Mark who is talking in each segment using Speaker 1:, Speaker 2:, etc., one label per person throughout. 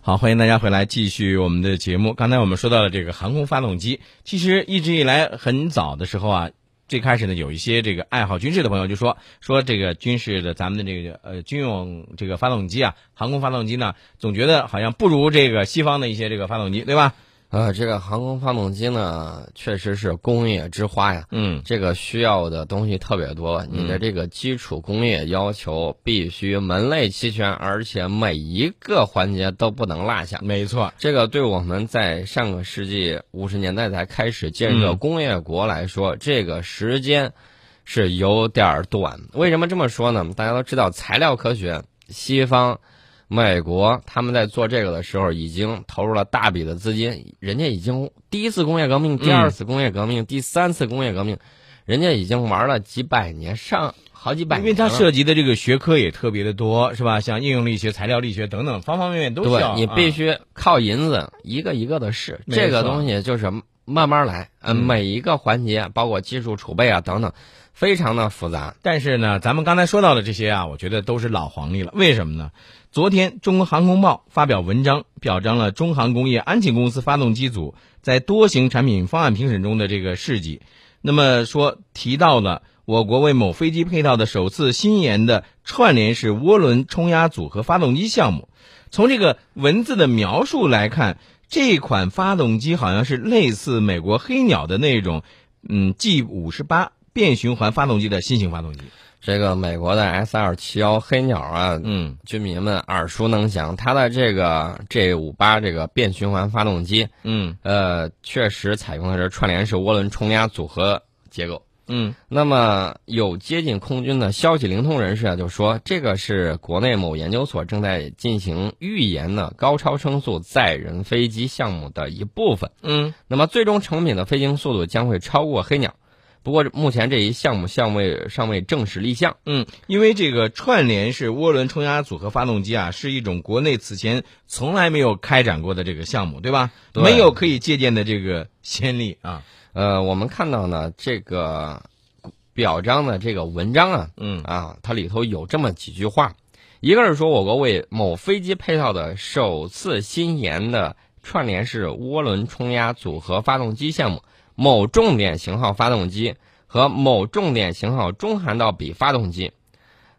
Speaker 1: 好，欢迎大家回来继续我们的节目。刚才我们说到了这个航空发动机，其实一直以来很早的时候啊，最开始呢有一些这个爱好军事的朋友就说说这个军事的咱们的这个呃军用这个发动机啊，航空发动机呢，总觉得好像不如这个西方的一些这个发动机，对吧？
Speaker 2: 呃，这个航空发动机呢，确实是工业之花呀。
Speaker 1: 嗯
Speaker 2: 这个需要的东西特别多，你的这个基础工业要求必须门类齐全，而且每一个环节都不能落下。
Speaker 1: 没错，
Speaker 2: 这个对我们在上个世纪五十年代才开始建设
Speaker 1: 嗯
Speaker 2: 工业国来说，这个时间是有点儿短。为什么这么说呢？大家都知道，材料科学，西方、美国他们在做这个的时候，已经投入了大笔的资金，人家已经第一次工业革命、第
Speaker 1: 嗯
Speaker 2: 二次工业革命、第三次工业革命，人家已经玩了几百年，上好几百
Speaker 1: 因
Speaker 2: 年了，
Speaker 1: 为它涉及的这个学科也特别的多，是吧？像应用力学、材料力学等等，方方面面都需要。
Speaker 2: 对你必
Speaker 1: 啊
Speaker 2: 须靠银子一个一个的试，
Speaker 1: 没
Speaker 2: 这个
Speaker 1: 错
Speaker 2: 东西就是慢慢来，呃，
Speaker 1: 嗯
Speaker 2: 每一个环节啊包括技术储备啊等等，非常的复杂。
Speaker 1: 但是呢，咱们刚才说到的这些啊，我觉得都是老黄历了。为什么呢？昨天，中国航空报发表文章，表彰了中航工业安庆公司发动机组在多型产品方案评审中的这个事迹。那么说，提到了我国为某飞机配套的首次新研的串联式涡轮冲压组合发动机项目。从这个文字的描述来看，这款发动机好像是类似美国黑鸟的那种，嗯，G 五十八变循环发动机的新型发动机。
Speaker 2: 这个美国的 S 二七幺黑鸟啊，
Speaker 1: 嗯
Speaker 2: 军民们耳熟能详，它的这个 G 五八这个变循环发动机，
Speaker 1: 嗯
Speaker 2: 呃，确实采用的是串联式涡轮冲压组合结构。
Speaker 1: 嗯
Speaker 2: 那么，有接近空军的消息灵通人士啊，就说这个是国内某研究所正在进行预研的高超声速载人飞机项目的一部分。
Speaker 1: 嗯
Speaker 2: 那么，最终成品的飞行速度将会超过黑鸟。不过，目前这一项目尚未尚未正式立项。
Speaker 1: 嗯，因为这个串联式涡轮冲压组合发动机啊，是一种国内此前从来没有开展过的这个项目，对吧？
Speaker 2: 对
Speaker 1: 没有可以借鉴的这个先例啊。
Speaker 2: 呃，我们看到呢，这个表彰的这个文章啊，
Speaker 1: 嗯
Speaker 2: 啊，它里头有这么几句话，一个是说我国为某飞机配套的首次新研的串联式涡轮冲压组合发动机项目，某重点型号发动机和某重点型号中涵道比发动机。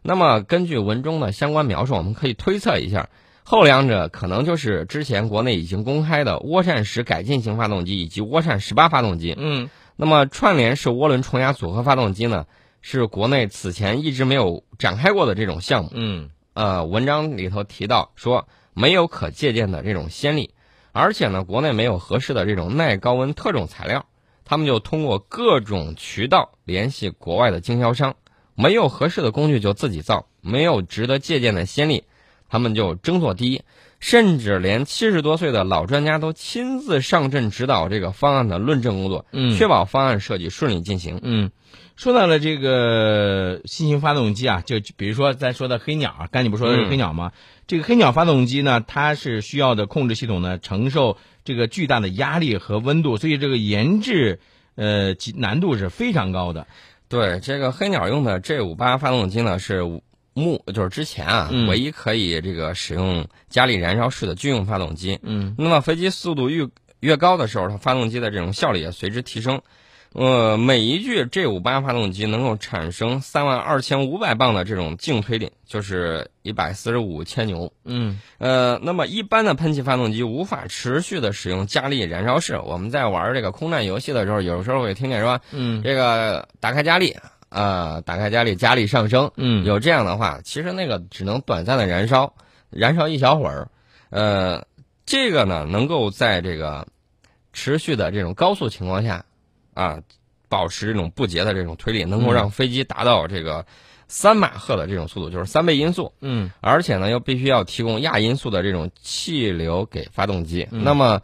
Speaker 2: 那么根据文中的相关描述，我们可以推测一下，后两者可能就是之前国内已经公开的涡扇十改进型发动机以及涡扇十八发动机。
Speaker 1: 嗯
Speaker 2: 那么串联式涡轮冲压组合发动机呢，是国内此前一直没有展开过的这种项目。
Speaker 1: 嗯
Speaker 2: 呃，文章里头提到说没有可借鉴的这种先例，而且呢，国内没有合适的这种耐高温特种材料，他们就通过各种渠道联系国外的经销商，没有合适的工具就自己造，没有值得借鉴的先例，他们就争做第一，甚至连七十多岁的老专家都亲自上阵指导这个方案的论证工作，
Speaker 1: 嗯
Speaker 2: 确保方案设计顺利进行。
Speaker 1: 嗯，说到了这个新型发动机啊，就比如说咱说的黑鸟啊，刚才你不说的是黑鸟吗？这个黑鸟发动机呢，它是需要的控制系统呢承受这个巨大的压力和温度，所以这个研制呃其难度是非常高的。
Speaker 2: 对，这个黑鸟用的 G 五八发动机呢是目就是之前啊、
Speaker 1: 嗯
Speaker 2: 唯一可以这个使用加力燃烧室的军用发动机。
Speaker 1: 嗯
Speaker 2: 那么飞机速度越越高的时候，它发动机的这种效率也随之提升。呃，每一具 G 五八发动机能够产生三万二千五百磅的这种净推力，就是一百四十五千牛。
Speaker 1: 嗯
Speaker 2: 呃，那么一般的喷气发动机无法持续的使用加力燃烧室。我们在玩这个空战游戏的时候，有时候会听见说
Speaker 1: 嗯
Speaker 2: 这个打开加力，呃，打开加力，加力上升。
Speaker 1: 嗯，
Speaker 2: 有这样的话，其实那个只能短暂的燃烧，燃烧一小会儿。呃，这个呢，能够在这个持续的这种高速情况下，啊，保持这种不竭的这种推力，能够
Speaker 1: 嗯
Speaker 2: 让飞机达到这个三马赫的这种速度，就是三倍音速。
Speaker 1: 嗯
Speaker 2: 而且呢，又必须要提供亚音速的这种气流给发动机。
Speaker 1: 嗯
Speaker 2: 那么，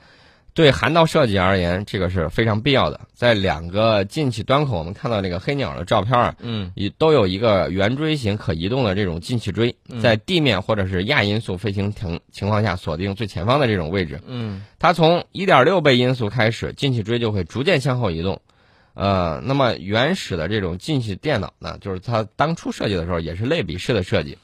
Speaker 2: 对涵道设计而言，这个是非常必要的。在两个进气端口，我们看到这个黑鸟的照片啊，
Speaker 1: 嗯
Speaker 2: 也都有一个圆锥形可移动的这种进气锥，在地面或者是亚音速飞行情情况下锁定最前方的这种位置。
Speaker 1: 嗯
Speaker 2: 它从一点六倍音速开始，进气锥就会逐渐向后移动。呃，那么原始的这种进气电脑呢，就是它当初设计的时候也是类比式的设计，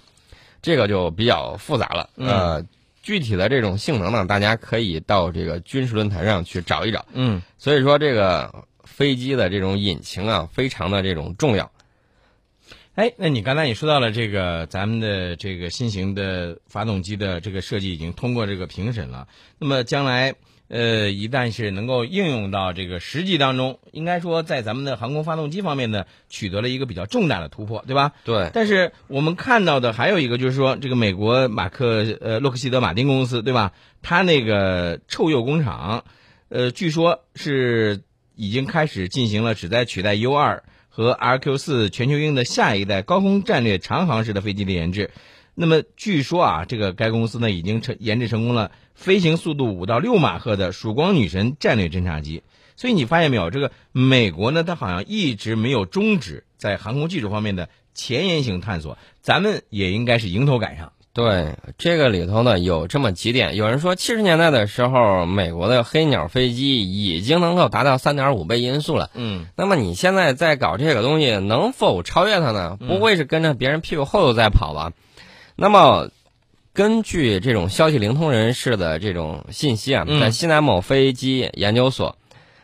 Speaker 2: 这个就比较复杂了。呃，具体的这种性能呢，大家可以到这个军事论坛上去找一找。
Speaker 1: 嗯
Speaker 2: 所以说，这个飞机的这种引擎啊，非常的这种重要。
Speaker 1: 哎，那你刚才也说到了这个咱们的这个新型的发动机的这个设计已经通过这个评审了，那么将来呃一旦是能够应用到这个实际当中，应该说在咱们的航空发动机方面呢取得了一个比较重大的突破，对吧？
Speaker 2: 对，
Speaker 1: 但是我们看到的还有一个就是说，这个美国马克呃洛克希德马丁公司对吧？它那个臭鼬工厂，呃，据说是已经开始进行了旨在取代 U 二和 RQ 四全球鹰的下一代高空战略长航式的飞机的研制。那么据说啊，这个该公司呢已经成研制成功了飞行速度五到六马赫的曙光女神战略侦察机。所以你发现没有，这个美国呢，它好像一直没有终止在航空技术方面的前沿性探索，咱们也应该是迎头赶上。
Speaker 2: 对，这个里头呢有这么几点。有人说，七十年代的时候，美国的黑鸟飞机已经能够达到三点五倍音速了。
Speaker 1: 嗯，
Speaker 2: 那么你现在在搞这个东西，能否超越它
Speaker 1: 嗯
Speaker 2: 呢？不会是跟着别人屁股后头在跑吧？那么，根据这种消息灵通人士的这种信息啊，
Speaker 1: 嗯
Speaker 2: 在西南某飞机研究所，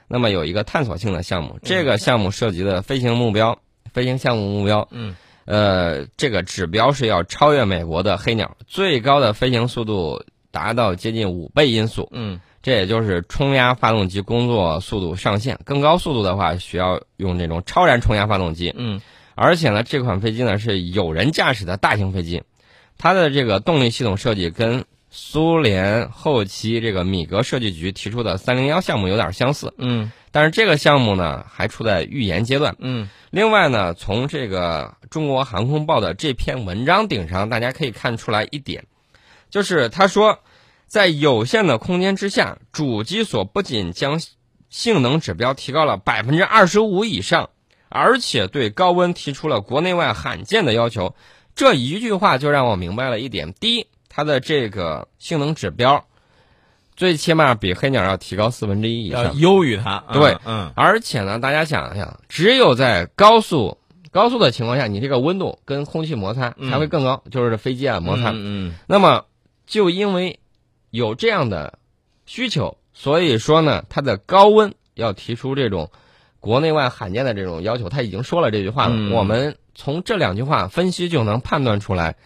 Speaker 2: 那么有一个探索性的项目，
Speaker 1: 嗯
Speaker 2: 这个项目涉及的飞行目标、飞行项目目标，
Speaker 1: 嗯，
Speaker 2: 呃，这个指标是要超越美国的黑鸟，最高的飞行速度达到接近五倍音速。
Speaker 1: 嗯，
Speaker 2: 这也就是冲压发动机工作速度上限。更高速度的话，需要用这种超燃冲压发动机。
Speaker 1: 嗯，
Speaker 2: 而且呢，这款飞机呢是有人驾驶的大型飞机，它的这个动力系统设计跟苏联后期这个米格设计局提出的三零幺项目有点相似，
Speaker 1: 嗯，
Speaker 2: 但是这个项目呢还处在预研阶段。
Speaker 1: 嗯，
Speaker 2: 另外呢，从这个《中国航空报》的这篇文章顶上，大家可以看出来一点，就是他说，在有限的空间之下，主机所不仅将性能指标提高了百分之二十五以上，而且对高温提出了国内外罕见的要求。这一句话就让我明白了一点：第一，它的这个性能指标，最起码比黑鸟要提高四分之一以上
Speaker 1: 要。优于它。啊
Speaker 2: 对
Speaker 1: 嗯，
Speaker 2: 而且呢，大家想一想，只有在高速高速的情况下，你这个温度跟空气摩擦
Speaker 1: 嗯
Speaker 2: 才会更高，就是飞机啊摩擦。
Speaker 1: 嗯嗯
Speaker 2: 那么就因为有这样的需求，所以说呢，它的高温要提出这种国内外罕见的这种要求。他已经说了这句话了，
Speaker 1: 嗯
Speaker 2: 我们从这两句话分析就能判断出来，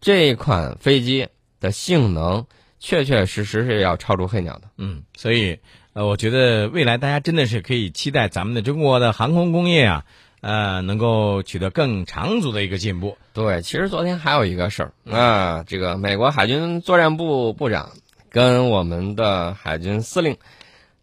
Speaker 2: 这款飞机的性能确确实实是要超出黑鸟的。
Speaker 1: 嗯，所以呃，我觉得未来大家真的是可以期待咱们的中国的航空工业啊，呃，能够取得更长足的一个进步。
Speaker 2: 对，其实昨天还有一个事儿啊，这个美国海军作战部部长跟我们的海军司令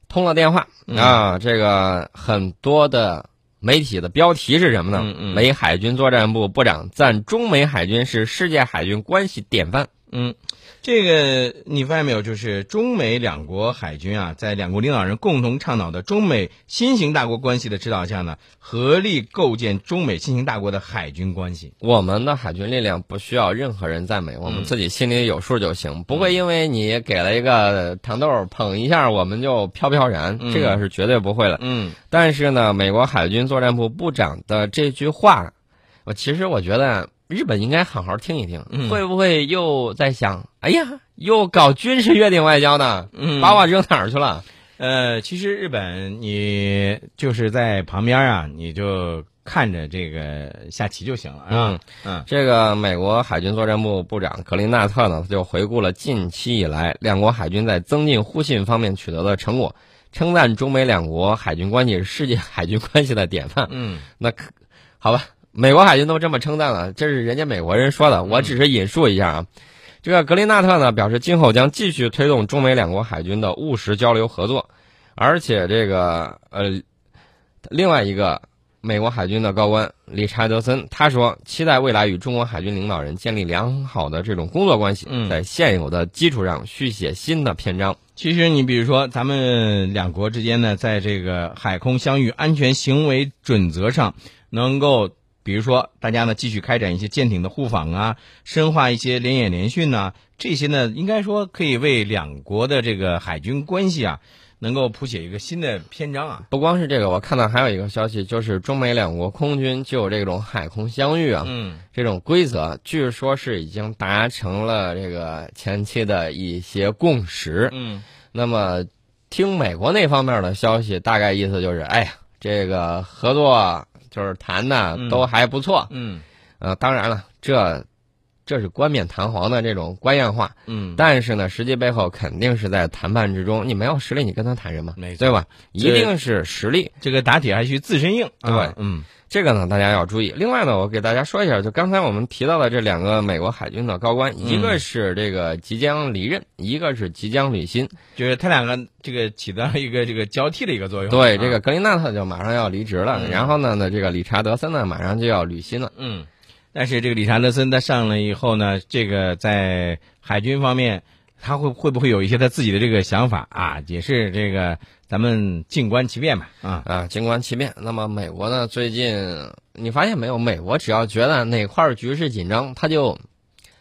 Speaker 2: 通了电话
Speaker 1: 嗯
Speaker 2: 啊，这个很多的媒体的标题是什么呢？
Speaker 1: 嗯嗯
Speaker 2: 美海军作战部部长赞中美海军是世界海军关系典范。
Speaker 1: 嗯，这个你发现没有？就是中美两国海军啊，在两国领导人共同倡导的中美新型大国关系的指导下呢，合力构建中美新型大国的海军关系。
Speaker 2: 我们的海军力量不需要任何人赞美，
Speaker 1: 嗯
Speaker 2: 我们自己心里有数就行，不会因为你给了一个糖豆儿捧一下，我们就飘飘然，
Speaker 1: 嗯
Speaker 2: 这个是绝对不会的。
Speaker 1: 嗯
Speaker 2: 但是呢，美国海军作战部部长的这句话，我其实我觉得日本应该好好听一听，
Speaker 1: 嗯
Speaker 2: 会不会又在想，哎呀，又搞军事约定外交呢？
Speaker 1: 嗯
Speaker 2: 把我扔哪儿去了？
Speaker 1: 呃，其实日本你就是在旁边啊，你就看着这个下棋就行了啊。嗯
Speaker 2: 这个美国海军作战部部长格林纳特呢，他就回顾了近期以来两国海军在增进互信方面取得的成果，称赞中美两国海军关系是世界海军关系的典范。
Speaker 1: 嗯
Speaker 2: 那可好吧，美国海军都这么称赞了，这是人家美国人说的，我只是引述一下啊。这个格林纳特呢表示，今后将继续推动中美两国海军的务实交流合作，而且这个呃，另外一个美国海军的高官理查德森他说，期待未来与中国海军领导人建立良好的这种工作关系，
Speaker 1: 嗯
Speaker 2: 在现有的基础上续写新的篇章。
Speaker 1: 其实你比如说，咱们两国之间呢，在这个海空相遇安全行为准则上，能够比如说大家呢继续开展一些舰艇的互访啊，深化一些联演联训呐、这些呢，应该说可以为两国的这个海军关系啊，能够谱写一个新的篇章啊。
Speaker 2: 不光是这个，我看到还有一个消息，就是中美两国空军就有这种海空相遇啊，
Speaker 1: 嗯，
Speaker 2: 这种规则，据说是已经达成了这个前期的一些共识。
Speaker 1: 嗯，
Speaker 2: 那么，听美国那方面的消息，大概意思就是，哎呀，这个合作就是谈的
Speaker 1: 嗯
Speaker 2: 都还不错。
Speaker 1: 嗯，
Speaker 2: 呃，当然了，这这是冠冕堂皇的这种官样话，
Speaker 1: 嗯，
Speaker 2: 但是呢，实际背后肯定是在谈判之中，你没有实力，你跟他谈什么？
Speaker 1: 没错
Speaker 2: 对吧？一
Speaker 1: 这
Speaker 2: 定是实力。
Speaker 1: 这个打铁还需自身硬。啊
Speaker 2: 对
Speaker 1: 嗯
Speaker 2: 这个呢，大家要注意。另外呢，我给大家说一下，就刚才我们提到的这两个美国海军的高官，一
Speaker 1: 嗯
Speaker 2: 个是这个即将离任，一个是即将履新。
Speaker 1: 就是他两个这个起到一个这个交替的一个作用。
Speaker 2: 对，
Speaker 1: 啊
Speaker 2: 这个，格林纳特就马上要离职了，
Speaker 1: 嗯
Speaker 2: 然后呢呢，这个理查德森呢马上就要履新了。
Speaker 1: 嗯，但是这个理查德森他上来以后呢，这个在海军方面，他会会不会有一些他自己的这个想法啊？也是这个咱们静观其变吧。啊，
Speaker 2: 啊，静观其变。那么美国呢，最近你发现没有？美国只要觉得哪块儿局势紧张，他就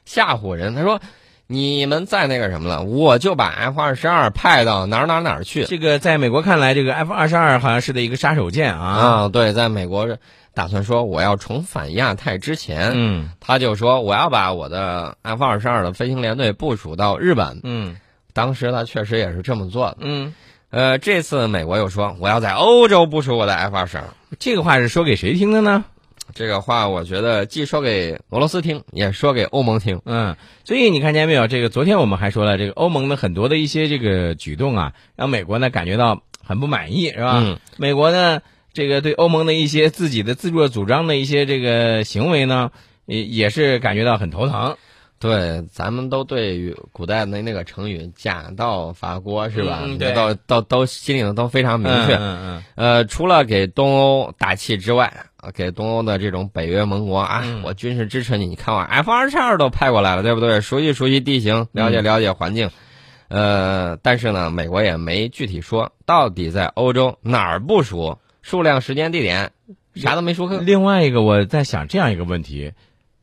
Speaker 2: 吓唬人。他说：“你们再那个什么了，我就把 F 二十二派到哪儿哪儿哪儿去。”
Speaker 1: 这个在美国看来，这个 F 二十二好像是的一个杀手锏啊。
Speaker 2: 啊，对，在美国打算说我要重返亚太之前，
Speaker 1: 嗯
Speaker 2: 他就说我要把我的 F 二十二的飞行联队部署到日本。
Speaker 1: 嗯
Speaker 2: 当时他确实也是这么做的。
Speaker 1: 嗯，
Speaker 2: 呃，这次美国又说我要在欧洲部署我的 F 二十二。
Speaker 1: 这个话是说给谁听的呢？
Speaker 2: 这个话我觉得既说给俄罗斯听，也说给欧盟听。
Speaker 1: 嗯，所以你看见没有？这个昨天我们还说了，这个欧盟的很多的一些这个举动啊，让美国呢感觉到很不满意，是吧？
Speaker 2: 嗯，
Speaker 1: 美国呢，这个对欧盟的一些自己的自作主张的一些这个行为呢，也也是感觉到很头疼，
Speaker 2: 对，咱们都对于古代的那个成语“假道伐国”是吧？
Speaker 1: 嗯对
Speaker 2: 都都都心里头都非常明确。
Speaker 1: 嗯嗯
Speaker 2: 呃，除了给东欧打气之外，呃给东欧的这种北约盟国啊，
Speaker 1: 嗯
Speaker 2: 我军事支持你。你看我 F 二十二都派过来了，对不对？熟悉熟悉地形，了
Speaker 1: 嗯
Speaker 2: 解了解环境。呃，但是呢，美国也没具体说到底在欧洲哪儿部署、数量、时间、地点，啥都没说
Speaker 1: 嗯。
Speaker 2: 清。
Speaker 1: 另外一个，我在想这样一个问题，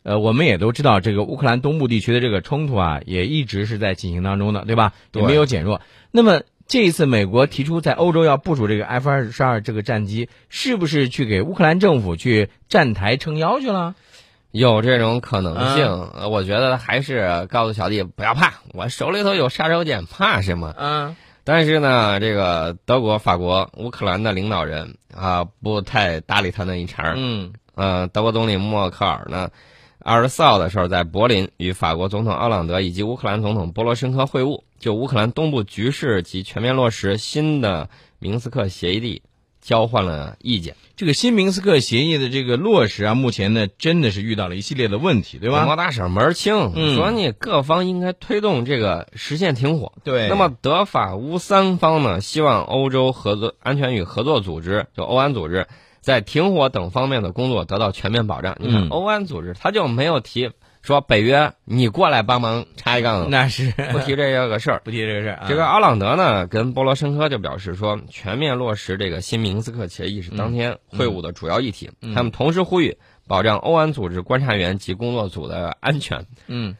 Speaker 1: 呃，我们也都知道，这个乌克兰东部地区的这个冲突啊，也一直是在进行当中的，对吧？也
Speaker 2: 对
Speaker 1: 没有减弱。那么这一次美国提出在欧洲要部署这个 F 二十二这个战机，是不是去给乌克兰政府去站台撑腰去了？
Speaker 2: 有这种可能性，
Speaker 1: 嗯
Speaker 2: 呃我觉得还是告诉小弟不要怕，我手里头有杀手锏，怕什么？
Speaker 1: 嗯
Speaker 2: 但是呢，这个德国、法国、乌克兰的领导人啊，不太搭理他那一茬儿。
Speaker 1: 嗯
Speaker 2: 呃，德国总理默克尔呢，二十四号的时候在柏林与法国总统奥朗德以及乌克兰总统波罗申科会晤，就乌克兰东部局势及全面落实新的明斯克协议交换了意见。
Speaker 1: 这个新明斯克协议的这个落实啊，目前呢真的是遇到了一系列的问题，对吧？
Speaker 2: 毛大婶门儿清，
Speaker 1: 嗯
Speaker 2: 说你各方应该推动这个实现停火。
Speaker 1: 对
Speaker 2: 那么德法乌三方呢，希望欧洲合作安全与合作组织就欧安组织在停火等方面的工作得到全面保障。你看
Speaker 1: 嗯
Speaker 2: 欧安组织他就没有提说北约你过来帮忙插一杠子，
Speaker 1: 那是
Speaker 2: 不提这个事儿。
Speaker 1: 不提这个事儿啊。
Speaker 2: 这个奥朗德呢，跟波罗申科就表示说，全面落实这个新明斯克协议是当天会晤的主要议题。
Speaker 1: 嗯
Speaker 2: 他们同时呼吁保障欧安组织观察员及工作组的安全。
Speaker 1: 嗯，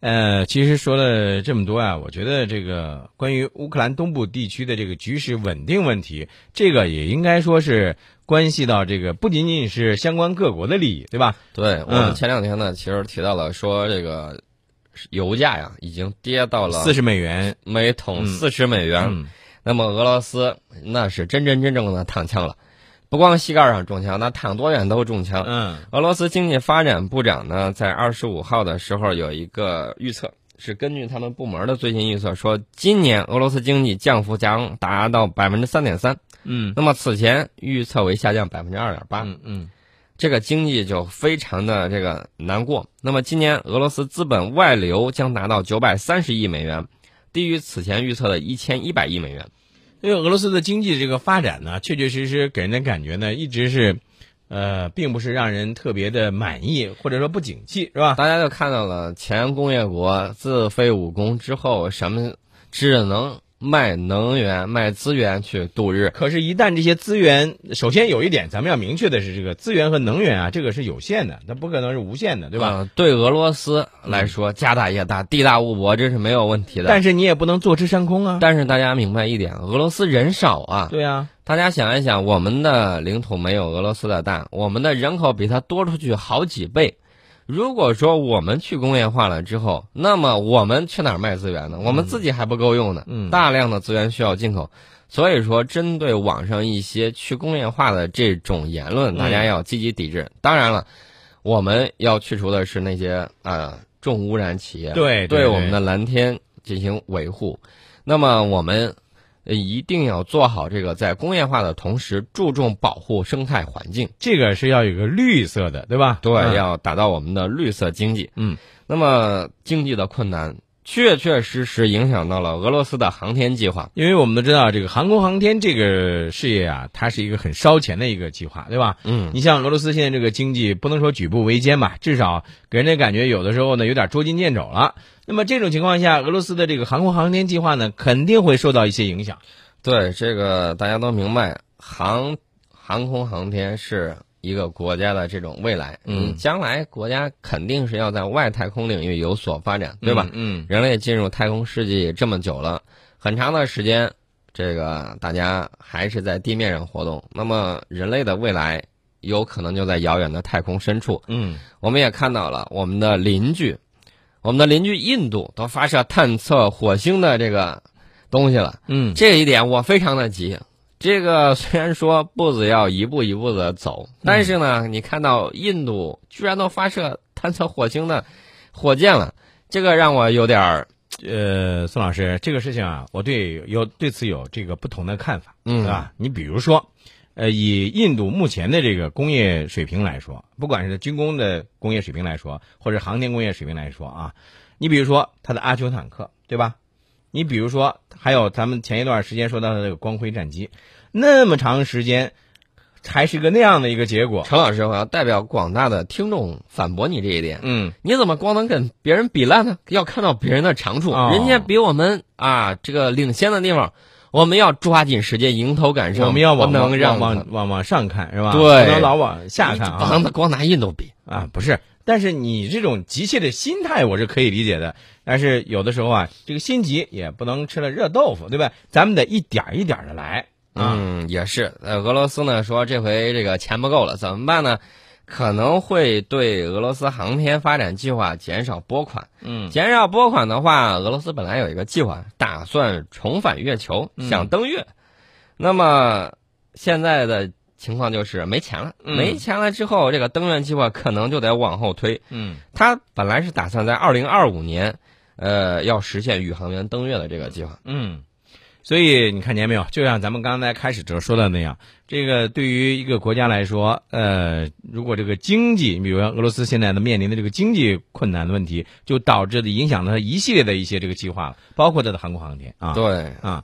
Speaker 1: 呃，其实说了这么多啊，我觉得这个关于乌克兰东部地区的这个局势稳定问题，这个也应该说是关系到这个不仅仅是相关各国的利益，对吧？
Speaker 2: 对我
Speaker 1: 嗯
Speaker 2: 们前两天呢，其实提到了说这个油价呀，已经跌到了
Speaker 1: 四十美元，
Speaker 2: 每桶
Speaker 1: 嗯
Speaker 2: 四十美元。
Speaker 1: 嗯
Speaker 2: 那么俄罗斯那是真真正正的躺枪了，不光膝盖上中枪，那躺多远都中枪。
Speaker 1: 嗯
Speaker 2: 俄罗斯经济发展部长呢，在二十五号的时候有一个预测，是根据他们部门的最新预测说，今年俄罗斯经济降幅将达到百分之三点三，
Speaker 1: 嗯
Speaker 2: 那么此前预测为下降百分之二点八，
Speaker 1: 嗯嗯
Speaker 2: 这个经济就非常的这个难过。那么今年俄罗斯资本外流将达到九百三十亿美元，低于此前预测的一千一百亿美元。
Speaker 1: 因为俄罗斯的经济这个发展呢，确确实实给人的感觉呢，一直是，呃，并不是让人特别的满意，或者说不景气，是吧？
Speaker 2: 大家就看到了前工业国自废武功之后，什么只能卖能源、卖资源去度日。
Speaker 1: 可是，一旦这些资源，首先有一点咱们要明确的是，这个资源和能源啊，这个是有限的，它不可能是无限的，对吧？
Speaker 2: 呃对俄罗斯来说，家大业大，地大物博，这是没有问题的。
Speaker 1: 但是你也不能坐吃山空啊。
Speaker 2: 但是大家明白一点，俄罗斯人少啊，
Speaker 1: 对啊，
Speaker 2: 大家想一想，我们的领土没有俄罗斯的大，我们的人口比它多出去好几倍。如果说我们去工业化了之后，那么我们去哪儿卖资源呢？我们自己还不够用呢，
Speaker 1: 嗯
Speaker 2: 大量的资源需要进口。所以说，针对网上一些去工业化的这种言论，
Speaker 1: 嗯
Speaker 2: 大家要积极抵制。当然了，我们要去除的是那些呃重污染企业，啊
Speaker 1: 对
Speaker 2: 对我们的蓝天进行维护。那么我们呃一定要做好这个，在工业化的同时，注重保护生态环境。
Speaker 1: 这个是要有个绿色的，对吧？
Speaker 2: 对，
Speaker 1: 嗯
Speaker 2: 要打造我们的绿色经济。
Speaker 1: 嗯，
Speaker 2: 那么经济的困难确确实实影响到了俄罗斯的航天计划。
Speaker 1: 因为我们都知道，这个航空航天这个事业啊，它是一个很烧钱的一个计划，对吧？
Speaker 2: 嗯，
Speaker 1: 你像俄罗斯现在这个经济，不能说举步维艰吧，至少给人的感觉有的时候呢有点捉襟见肘了。那么这种情况下，俄罗斯的这个航空航天计划呢，肯定会受到一些影响。
Speaker 2: 对，这个大家都明白，航航空航天是一个国家的这种未来。
Speaker 1: 嗯
Speaker 2: 你将来国家肯定是要在外太空领域有所发展，对吧？
Speaker 1: 嗯？
Speaker 2: 人类进入太空世纪这么久了，很长的时间，这个大家还是在地面上活动。那么人类的未来有可能就在遥远的太空深处。
Speaker 1: 嗯嗯，
Speaker 2: 我们也看到了我们的邻居，我们的邻居印度都发射探测火星的这个东西了。
Speaker 1: 嗯，
Speaker 2: 这一点我非常的急。这个虽然说步子要一步一步的走，但是呢，你看到印度居然都发射探测火星的火箭了，这个让我有点儿
Speaker 1: 呃，宋老师，这个事情啊，我对有对此有这个不同的看法，
Speaker 2: 嗯
Speaker 1: 对吧？你比如说，呃，以印度目前的这个工业水平来说，不管是军工的工业水平来说，或者航天工业水平来说啊，你比如说它的阿丘坦克，对吧？你比如说，还有咱们前一段时间说到的这个光辉战机，那么长时间还是个那样的一个结果，
Speaker 2: 陈老师，我要代表广大的听众反驳你这一点。
Speaker 1: 嗯，
Speaker 2: 你怎么光能跟别人比烂呢？要看到别人的长处，
Speaker 1: 哦
Speaker 2: 人家比我们啊这个领先的地方，我们要抓紧时间迎头赶上。
Speaker 1: 我们要
Speaker 2: 不
Speaker 1: 往
Speaker 2: 能让
Speaker 1: 往
Speaker 2: 他
Speaker 1: 往往往上看是吧？
Speaker 2: 对
Speaker 1: 不能老往下看 啊。
Speaker 2: 不能光拿印度比。
Speaker 1: 啊，不是，但是你这种急切的心态我是可以理解的，但是有的时候啊，这个心急也不能吃了热豆腐，对吧？咱们得一点儿一点的来啊。
Speaker 2: 嗯，也是。呃，俄罗斯呢说这回这个钱不够了，怎么办呢？可能会对俄罗斯航天发展计划减少拨款。
Speaker 1: 嗯
Speaker 2: 减少拨款的话，俄罗斯本来有一个计划，打算重返月球，
Speaker 1: 嗯
Speaker 2: 想登月。那么现在的情况就是没钱了，
Speaker 1: 嗯
Speaker 2: 没钱了之后，这个登月计划可能就得往后推。
Speaker 1: 嗯
Speaker 2: 他本来是打算在二零二五年，呃，要实现宇航员登月的这个计划。
Speaker 1: 嗯，所以你看见没有？就像咱们刚才开始时候说的那样，这个对于一个国家来说，呃，如果这个经济，比如像俄罗斯现在的面临的这个经济困难的问题，就导致的影响了它一系列的一些这个计划了，包括它的航空航天啊。
Speaker 2: 对，
Speaker 1: 啊。